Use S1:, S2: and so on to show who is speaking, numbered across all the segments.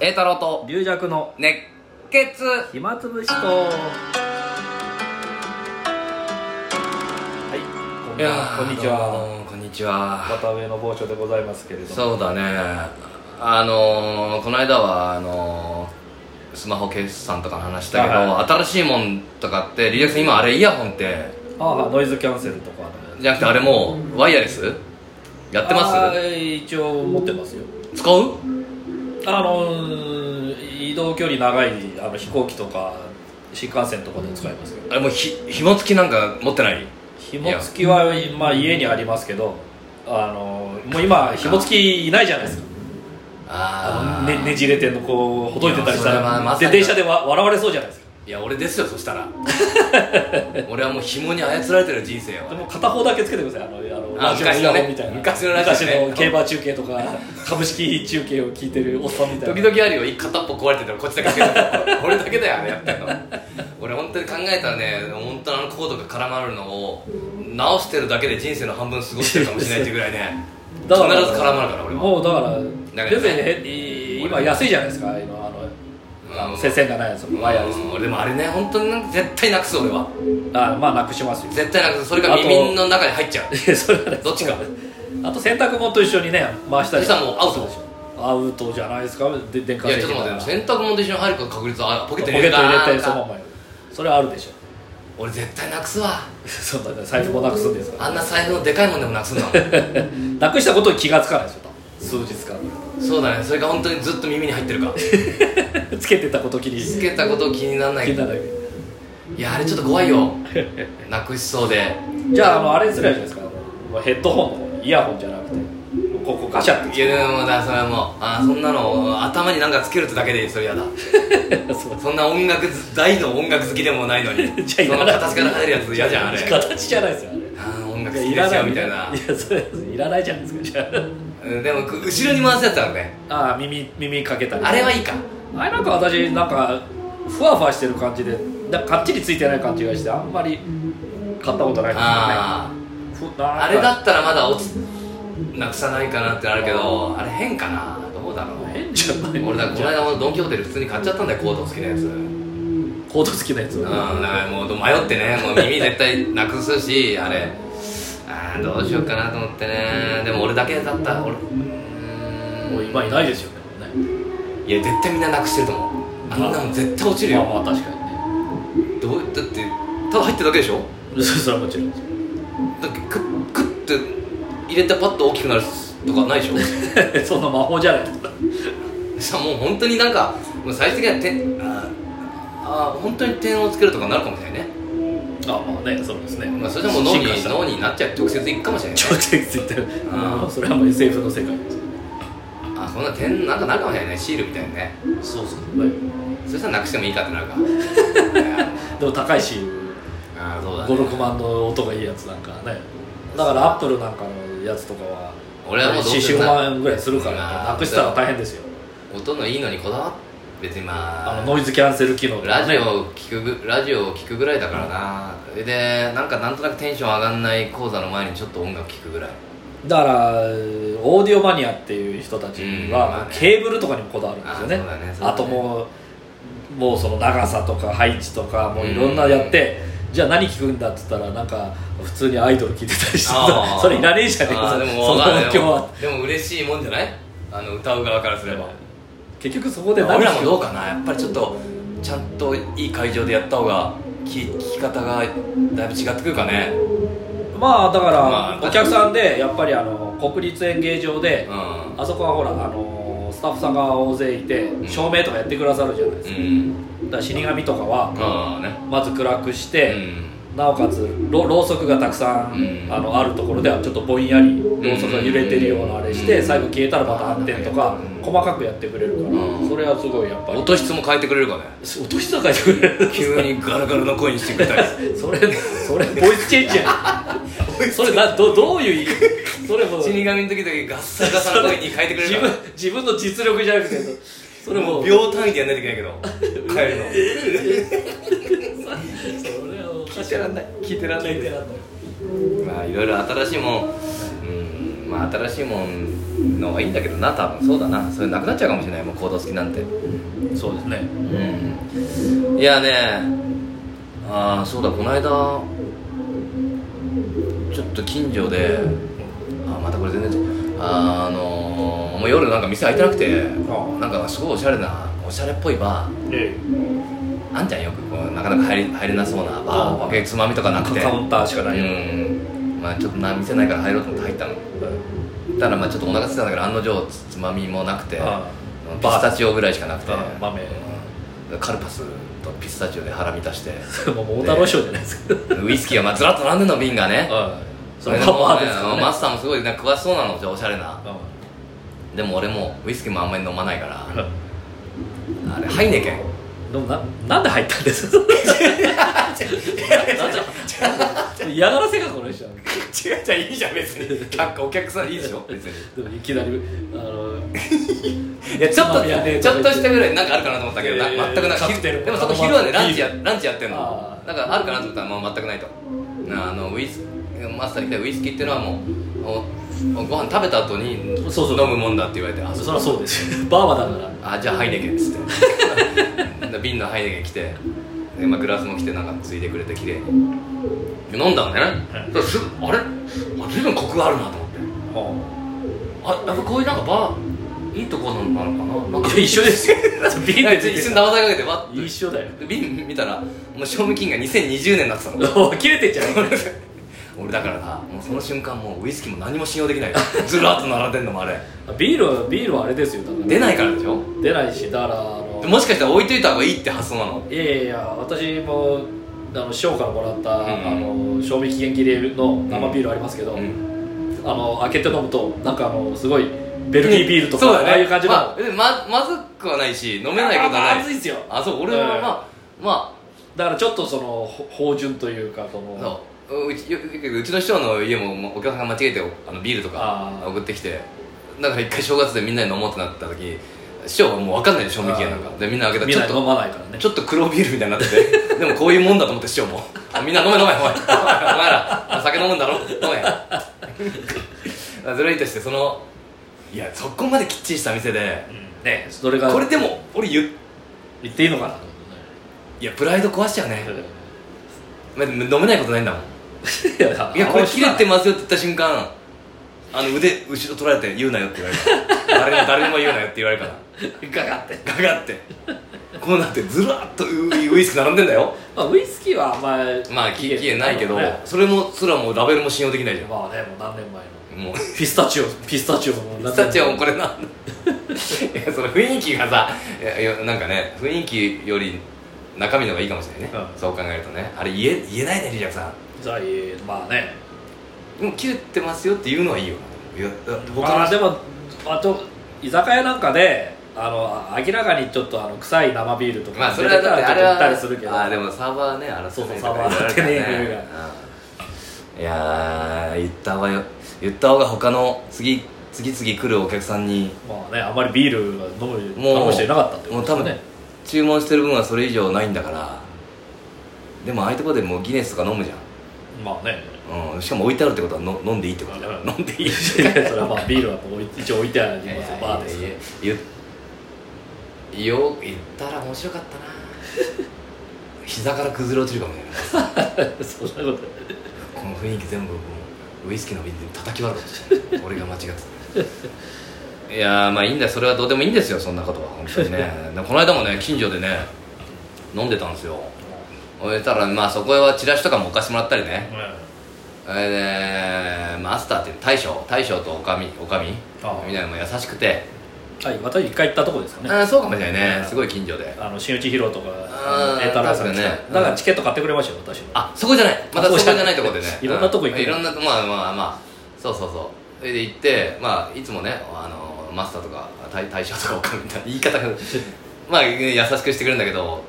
S1: 栄太郎と
S2: 龍弱の
S1: 熱血
S2: 暇つぶしとはいこん
S1: い
S2: ばんはこんにち
S1: ど
S2: は
S1: うもこんにちは
S2: 渡上の傍聴でございますけれども
S1: そうだねあのー、この間はあのー、スマホ決算とかの話だけど、
S2: は
S1: 新しいもんとかってリリアクさん今あれイヤホンって
S2: ああノイズキャンセルとか
S1: じゃなくてあれもうワイヤレスやってま
S2: あ一応持ってますよ
S1: す使う
S2: あの移動距離長いあの飛行機とか新幹線とかで使いますよ
S1: あれもうひ紐付きなんか持ってない
S2: 紐付きは、まあ、家にありますけどあのもう今紐付きいないじゃないですかあのねねじれてんのこうほどいてたりした
S1: いやそれはま
S2: ら
S1: さに
S2: で電車でわ笑われそうじゃないですか
S1: いや俺ですよそしたら 俺はもう紐に操られてる人生
S2: で
S1: は
S2: も片方だけつけてくださいあのあの
S1: あ
S2: ラジオの
S1: 昔のね
S2: イヤホンみたいな
S1: 昔のラジオね
S2: 昔の競馬中継 とか株式中継を聞いてるおっさんみたいな
S1: 時々あるよ片っぽ壊れてたらこっちだけつ けてる俺だけだよあれやってんの俺本当に考えたらね本当にあのコードが絡まるのを直してるだけで人生の半分過ごしてるかもしれないっていうぐらいね必ず絡まるから俺は
S2: もうだから
S1: だけどね
S2: 別にねい今安いじゃないですか今あのあの接線がないやつ
S1: うん
S2: ワイヤレス
S1: 俺でもあれね本当になんか絶対なくす俺は
S2: あまあなくしますよ
S1: 絶対な くすそれが耳の中に入っちゃう
S2: いや それはね
S1: どっちか
S2: あと洗濯物と一緒にね回したり
S1: そしたらもうアウトでし
S2: アウトじゃないですかで電化
S1: いや
S2: 製
S1: ちょっ
S2: 品
S1: と待
S2: だ
S1: っ
S2: か
S1: て
S2: ら
S1: 洗濯物と一緒に入る確率はあポケッ
S2: ポ
S1: ト
S2: ケ
S1: に
S2: ッ
S1: 入
S2: ト
S1: れるか
S2: 入れて
S1: な
S2: そのままそれはあるでしょ
S1: 俺絶対なくすわ
S2: そうだね財布もなくすんですから
S1: あんな財布のでかいもんでもなくす んだもん
S2: なくしたことに気がつかないですよ多分数日間
S1: そうだねそれが本当にずっと耳に入ってるか
S2: つけてたこときり
S1: つけたことを気にならない
S2: 気に
S1: い
S2: ならない
S1: やあれちょっと怖いよなくしそうで
S2: じゃああのあれすりゃいいじゃないですかあのヘッドホンのイヤホンじゃなくてここガシャって
S1: いやでもだからそれはもうあーそんなの頭になんかつけるってだけでそれやだ
S2: そう
S1: そんな音楽大の音楽好きでもないのに
S2: じゃあい
S1: そ
S2: ら
S1: の
S2: ない
S1: 形から入るやつ嫌じゃんあれあ
S2: 形じゃないですよあれ
S1: ー音楽
S2: や
S1: 好
S2: い
S1: き
S2: ら
S1: です
S2: ない
S1: よみたいない
S2: やそれいらないじゃないですかじゃ
S1: うんでもこう後ろに回すやつだからね
S2: あああ耳耳かけたり
S1: あれはいいか
S2: あれなんか私なんかふわふわしてる感じでなんかかっちりついてない感じがしてあんまり買ったことないですよ
S1: ああ
S2: ねふなんか
S1: あれだったらまだ落ちなくさないかなってあるけどあれ変かなどうだろう
S2: 変じゃない
S1: 俺だからこの間もドン・キホーテで普通に買っちゃったんだよコート好きなやつうん
S2: コート好きなやつ
S1: だからもう迷ってねもう耳絶対なくすしあれあーどうしようかなと思ってねでも俺だけだった俺うーん
S2: もう今いないですよねもうね
S1: いや絶対みんななくしてると思うあんなの絶対落ちるよ、
S2: まあまあ確かに
S1: どうだってただ入ってるだけでしょ
S2: ねそそれはもちろん
S1: だってクックッて入れてパッと大きくなるとかないでしょ
S2: です そんな魔法じゃないです
S1: さ
S2: か
S1: もう本当になんかもう最終的には点ああ本当に点をつけるとかなるかもしれないね、
S2: あまあねそうですね
S1: まあ、それじゃもう脳に
S2: 進化した
S1: 脳になっちゃう直接いくかもしれない、ね、
S2: 直接ついてる
S1: あー
S2: それはもう SF の世界です
S1: あこんな点なんかなるかもしれないねシールみたいなね
S2: そうそうね
S1: そしたらなくしてもいいかってな るか
S2: でも高いし
S1: ああそうだ、ね、
S2: 56万の音がいいやつなんかねだからアップルなんかのやつとかは
S1: 俺はもうどうせ
S2: 45万円ぐらいするから
S1: あー
S2: なくしたら大変ですよ
S1: 音のいいのにこだわって別にま
S2: あ
S1: あ
S2: のノイズキャンセル機能とか
S1: ラジ
S2: ね
S1: オを聞くぐラジオを聞くぐらいだからなでなんかなんとなくテンション上がんない講座の前にちょっと音楽聞くぐらい
S2: だからオーディオマニアっていう人たち
S1: うんまあ
S2: は
S1: ね
S2: ケーブルとかにもこだわるんですよね,、
S1: あそうだねそうだね
S2: あともうもうその長さとか配置とかもういろんなやって、じゃあ何聞くんだっつったらなんか普通にアイドル聞いてたりし て
S1: あー
S2: それいらねえじゃねえ
S1: あ
S2: か
S1: ー
S2: そ
S1: で
S2: の
S1: も
S2: その
S1: わかんない
S2: 音響は
S1: でも嬉しいもんじゃないあの歌う側からすれば
S2: 結局そこで
S1: 俺らも
S2: 聞く
S1: どうかなやっぱりちょっとちゃんといい会場でやった方が聞聞き方がだいぶ違ってくるかね
S2: まあだか
S1: まあ
S2: らお客さんでやっぱりあの国立演芸場で
S1: う、ん
S2: あそこはほらあのスタッフさんが大勢いて
S1: ん
S2: 照明とかやってくださるじゃないです
S1: う
S2: か,、
S1: ん
S2: だから死神とかは
S1: ああね
S2: まず暗くし
S1: う
S2: て、
S1: ん
S2: なおかつろろうそくがたくさん、
S1: うん
S2: あのあるところではちょっとぼんやりろうそくが揺れてるようなあれして、
S1: うん
S2: 最後消えたらまた反転とか、
S1: うん
S2: 細かくやってくれるから、
S1: うん
S2: それはすごいやっぱり
S1: 音質も変えてくれるかね
S2: そう落としとかしてくれる
S1: 急にガラガラの声にしてくれたり
S2: それそれボイスチェンジや んそれなどどういう意味それもう
S1: 死神の時だけガッサガサの声に変えてくれ
S2: 自
S1: るか
S2: 分
S1: ら
S2: 自分の実力じゃなくてそれも
S1: も
S2: う
S1: う秒単位でやんないといけないけど変えるの
S2: それを
S1: 聞いてらんない聞いてらんない
S2: 聞いてらんない
S1: まあいろいろ新しいもんうんまあ新しいもんの方がいいんだけどな多分そうだなそれなくなっちゃうかもしれないもう行動好きなんて
S2: そうですね
S1: うんいやねああそうだこの間ちょっと近所であまたこれ全然あのもう夜なんか店開いてなくて
S2: あ
S1: なんかすごいおしゃれなおしゃれっぽいバー
S2: え
S1: あんじゃんよくこうなかなか入り入れなそうなバー
S2: あ
S1: わけつまみとかなくて
S2: カウンターしかないよ、
S1: うんまあちょっとな店ないから入ろうと思って入ったのたらまあちょっとお腹空いてたんだけど案の定つつまみもなくて
S2: あ
S1: ピスタチオぐらいしかなくて
S2: あ豆
S1: うんカルパスとピスタチオで腹満たして
S2: あもう桃太郎賞じゃないですか
S1: ウイスキーがまあずらっと並んでんの瓶がね
S2: あ そ
S1: れ
S2: れ
S1: で
S2: が
S1: も
S2: バー
S1: ね
S2: ですから
S1: マ
S2: ね
S1: スターもすごいなんか詳しそうなのじゃあおしゃれな
S2: あ
S1: でも俺もウイスキーもあんまり飲まないからあれハイネケン
S2: でもななんで入ったんですか 嫌がらせかこの人は
S1: 違うじゃいいじゃん別になんかお客さんいいでしょ別に
S2: でもいきなりあの
S1: いやちょっと
S2: いやね
S1: ちょっとしたぐらいなんかあるかなと思ったけど、ない
S2: やいやいや
S1: 全くな
S2: カ
S1: く
S2: クテル
S1: でもそこ昼はね
S2: カ
S1: ラン
S2: ル
S1: チ
S2: テ
S1: やランチやってんの
S2: あー
S1: なんかあるかなと思ったらもう全くないとなあのウイスマスターに来たウイスキーっていうのはもうおご飯食べた後に飲
S2: そうそう
S1: むもんだって言われてあ
S2: そ
S1: そ
S2: りゃそうですよバーはだから
S1: あじゃあハイネケンっつって で瓶のハイネケン来てで、まあ、グラスも来てなんかついてくれて綺麗にで飲んだんだよね、
S2: はい
S1: そしたらすぐあれあ随分コクがあるなと思ってあやっぱこういうなんかバーいいとこなのかななんか
S2: いや一緒ですよ瓶
S1: なん
S2: で
S1: か 一
S2: 出
S1: 瞬
S2: て
S1: 直されかけてわ
S2: 一緒だよ
S1: っ瓶見たらもう賞味期限が2020年になってたの
S2: お切れてんじゃない
S1: 俺だからなもうその瞬間もうウイスキーも何も信用できないずらっと並んでんのもあれ
S2: ビールはビールはあれですよだから
S1: 出ないからでしょ
S2: 出ないしだからあの
S1: もしかしたら置いといた方がいいって発想なの
S2: いやいやいや私もあの師匠からもらった、
S1: ん
S2: あの賞味期限切れの生ビールありますけど、
S1: うん
S2: あの開けて飲むとなんかあのすごいベルギービールとか、
S1: そうだね
S2: ああいう感じの、
S1: まあでままずくはないし飲めないことは
S2: あ
S1: な
S2: まず
S1: い
S2: いですよ
S1: あそう俺はまあま
S2: だからちょっとそのほ芳醇というかその
S1: あそううちよくうちの師匠の家ももうお客さんが間違えてあのビールとか
S2: あー
S1: 送ってきてだから一回正月でみんなで飲もうってなった時師匠はもう分かんないで賞味期限なんかでみんな開けた
S2: みん
S1: ちょ
S2: な
S1: っと
S2: 飲まないからね
S1: ちょっと黒ビールみたいになっててでもこういうもんだと思って師匠もみんな飲め飲めお前お前ら酒飲むんだろ飲めずるいとしてそのいやそこまできっちりした店で
S2: うんねそれが
S1: これでも俺言う
S2: 言っていいのかなと思
S1: いやプライド壊しちゃうね
S2: ってね
S1: ま飲めないことないんだもん
S2: いや
S1: いやこれ切れて
S2: も
S1: ますよって言った瞬間あの腕後ろ取られて言うなよって言われる誰にも誰にも言うなよって言われるから
S2: ガガって、
S1: ガガってこうなってずらっとウウイスキー並んでんだよ
S2: まあ、ウイスキーはあんまり
S1: まあ期限ないけど
S2: ね
S1: それもすらもうラベルも信用できないじゃん
S2: まあねもう何年前の
S1: もう
S2: ピスタチオピスタチオも
S1: ピスタチオも
S2: も
S1: これなんだいやその雰囲気がさいやいやなんかね雰囲気より中身の方がいいかもしれないね、
S2: うん
S1: そう考えるとねあれ言え言えないねリラクさ
S2: ざいまあね
S1: んもう切れてますよって言うのはいいよいやだって他
S2: ま
S1: の
S2: あ
S1: 人
S2: でもあと居酒屋なんかであの明らかにちょっとあの臭い生ビールとか
S1: まあそれはだってあれ
S2: 出て
S1: は
S2: きたらちょっと行ったりするけど
S1: あでもサーバーね争ってないとか
S2: そうそうサーバ
S1: いろ
S2: ー
S1: いろあるから
S2: やってねいろいろ
S1: うんいやー言った方がよ言った方が他の次次々来るお客さんに
S2: まあねあまりビールは飲む
S1: もう
S2: 楽してなかったってこ
S1: もう
S2: と
S1: 多分
S2: ですね
S1: ね注文してる分はそれ以上ないんだからでもああいうとこでもうギネスとか飲むじゃ
S2: まあね
S1: ん、うん、しかも置いてあるってことはの飲んでいいってことじゃん
S2: まあ
S1: 飲んでいい
S2: それはまあビールはもう一応置いてあ り
S1: いやい
S2: ます
S1: や
S2: よバーです
S1: い
S2: か
S1: や
S2: ら
S1: いや言うよ言ったら面白かったな膝から崩れ落ちるかもね
S2: そんなことない
S1: この雰囲気全部もうウイスキーの瓶で叩き割るかもしれない俺が間違ってたいやーまあいいんだよそれはどうでもいいんですよそんなことは本当にねでこの間もね近所でね飲んでたんですよそしたらまあそこへはチラシとかもお貸してもらったりねそれでマスターっていう大将大将とおかみおかみみ
S2: ああ
S1: たいなのも優しくて
S2: はい私一回行ったとこですかね
S1: あーそうかもしれない
S2: うん
S1: ねすごい近所で
S2: あの新内博とか
S1: あー
S2: 栄太郎さんが来た
S1: 確かにね
S2: だからチケット買ってくれましたよ私も
S1: あそこじゃないまたそこじゃないとこでね
S2: いろんなとこ行く
S1: うんいろんなとまあまあまあそうそうそうそれで行ってまあいつもねあのマスターとか大大将とかおかみたいな言い方がまあ優しくしてくれるんだけど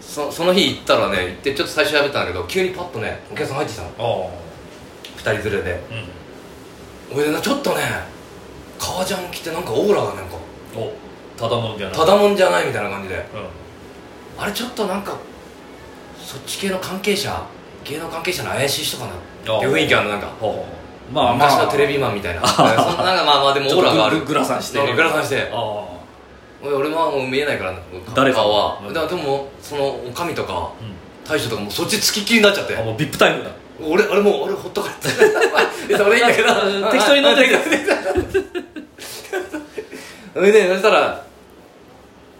S1: そその日行ったらね行ってちょっと最初喋ったんだけど急にパッとねお客さん入ってきたの
S2: ああ
S1: 2人連れで
S2: うん
S1: ほいでなちょっとね革ジャン着てなんかオーラがなんか
S2: おただ飲んじゃない
S1: ただもんじゃないみたいな感じで
S2: うん
S1: あれちょっとなんかそっち系の関係者芸能関係者の怪しい人かなっていう雰囲気あるのなんか
S2: ほうほうまあまあ
S1: 昔のテレビマンみたいなそんななんかまあまあでもオーラがあ
S2: ちょっと
S1: る
S2: グラサンして
S1: なんかグラサンして
S2: あ
S1: 俺はもう見えないから
S2: 誰か
S1: 顔は
S2: うん
S1: だからでもそのおかみとか
S2: ー、
S1: 大将とかもうそっちつきっきりになっちゃって
S2: あもうビップタイムだ
S1: 俺俺もう俺ほっとかれて それいいんだけど
S2: うん適当に飲んでる
S1: うん適当にそ れでそしたら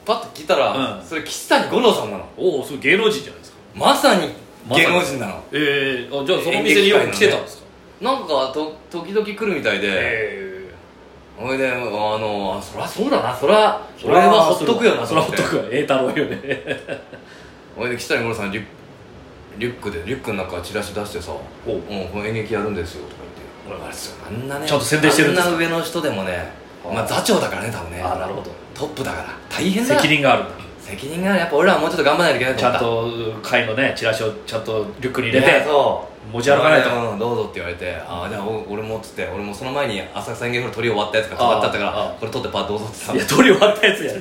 S1: パッと聞いたら、
S2: うん
S1: それ岸谷五郎さんなの
S2: おおすごい芸能人じゃないですか
S1: まさに
S2: まさに
S1: 芸能人なの、
S2: ええあじゃあその店によく来てたんですか
S1: なんかと時々来るみたいで
S2: え
S1: ほいであのあそりゃそうだなそりゃ
S2: え
S1: 俺はほっとくよなと
S2: それ
S1: 思っ
S2: はほってとくよ栄太郎よね
S1: ほいで岸谷五郎さんリュックリュックでリュックの中からチラシ出してさ「
S2: おう
S1: うんこの演劇やるんですよ」とか言って
S2: あれ
S1: あんなね
S2: ちゃんと宣伝してるんです
S1: あ
S2: か
S1: んな上の人でもね
S2: あ
S1: まあ座長だからね多分ね
S2: あなるほど
S1: トップだから大変だ
S2: 責任があるんだ
S1: 責任がやっぱ俺らはもうちょっと頑張らないといけない
S2: ち
S1: と思っ
S2: ゃん
S1: た
S2: と会のねチラシをちゃんとリュックに入れ
S1: いや
S2: て
S1: そう
S2: 持ち歩か ないと
S1: うんどうぞって言われてああじゃあお俺もっつって俺もその前に浅草演芸ホール撮り終わったやつが変わってあったか
S2: ああ
S1: らこれ撮ってパーどうぞって言
S2: い
S1: っ
S2: や取り終わったやつやる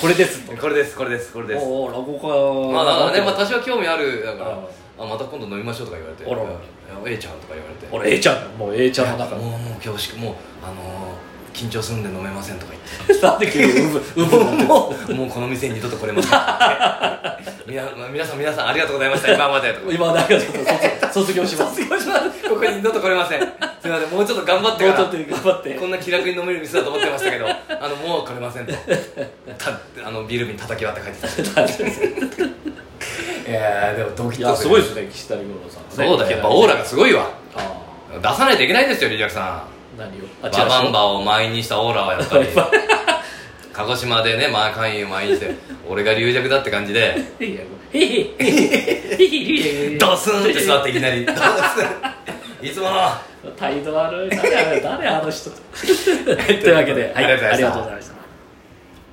S2: これです
S1: たのこれですこれですこれです
S2: おお落語家
S1: まあだからねまあ
S2: た
S1: 多少興味あるだから
S2: あ
S1: あまた今度飲みましょうとか言われて
S2: あら
S1: いや A ちゃんとか言われて
S2: 俺 A ちゃんだもう A ちゃんの中
S1: もうもう恐縮もうあのー緊張するんで飲めませんとか言って
S2: なんで急にうぶうぶなんて
S1: もう もうこの店に二度と来れません みな皆さん皆さんありがとうございました今までとか
S2: 今なんかちょっと卒卒業します
S1: 卒業しますここに二度と来れま せんすいませんもうちょっと頑張って
S2: もう
S1: か
S2: ちょ
S1: ら
S2: っと頑張って
S1: こんな気楽に飲める店だと思ってましたけど あのもう来れませんと たあのビール瓶叩き割って帰ってきたいやーでもドキ
S2: い
S1: ド
S2: や
S1: キ
S2: すごいですね岸谷五郎さん
S1: そうだよやっぱオーラがすごいわ
S2: あ
S1: 出さないといけないですよリリアクさん
S2: あ何を
S1: バ
S2: あ
S1: バンバを満員にしたオーラはやっぱり鹿児島でね、まあ、会員を満員にして俺が龍弱だって感じで
S2: いやへへへへへへ
S1: ドスンって座っていきなりドスンいつもの
S2: 態度悪い誰誰あの人というわけではい
S1: ありがとうございました
S2: ありがとうございました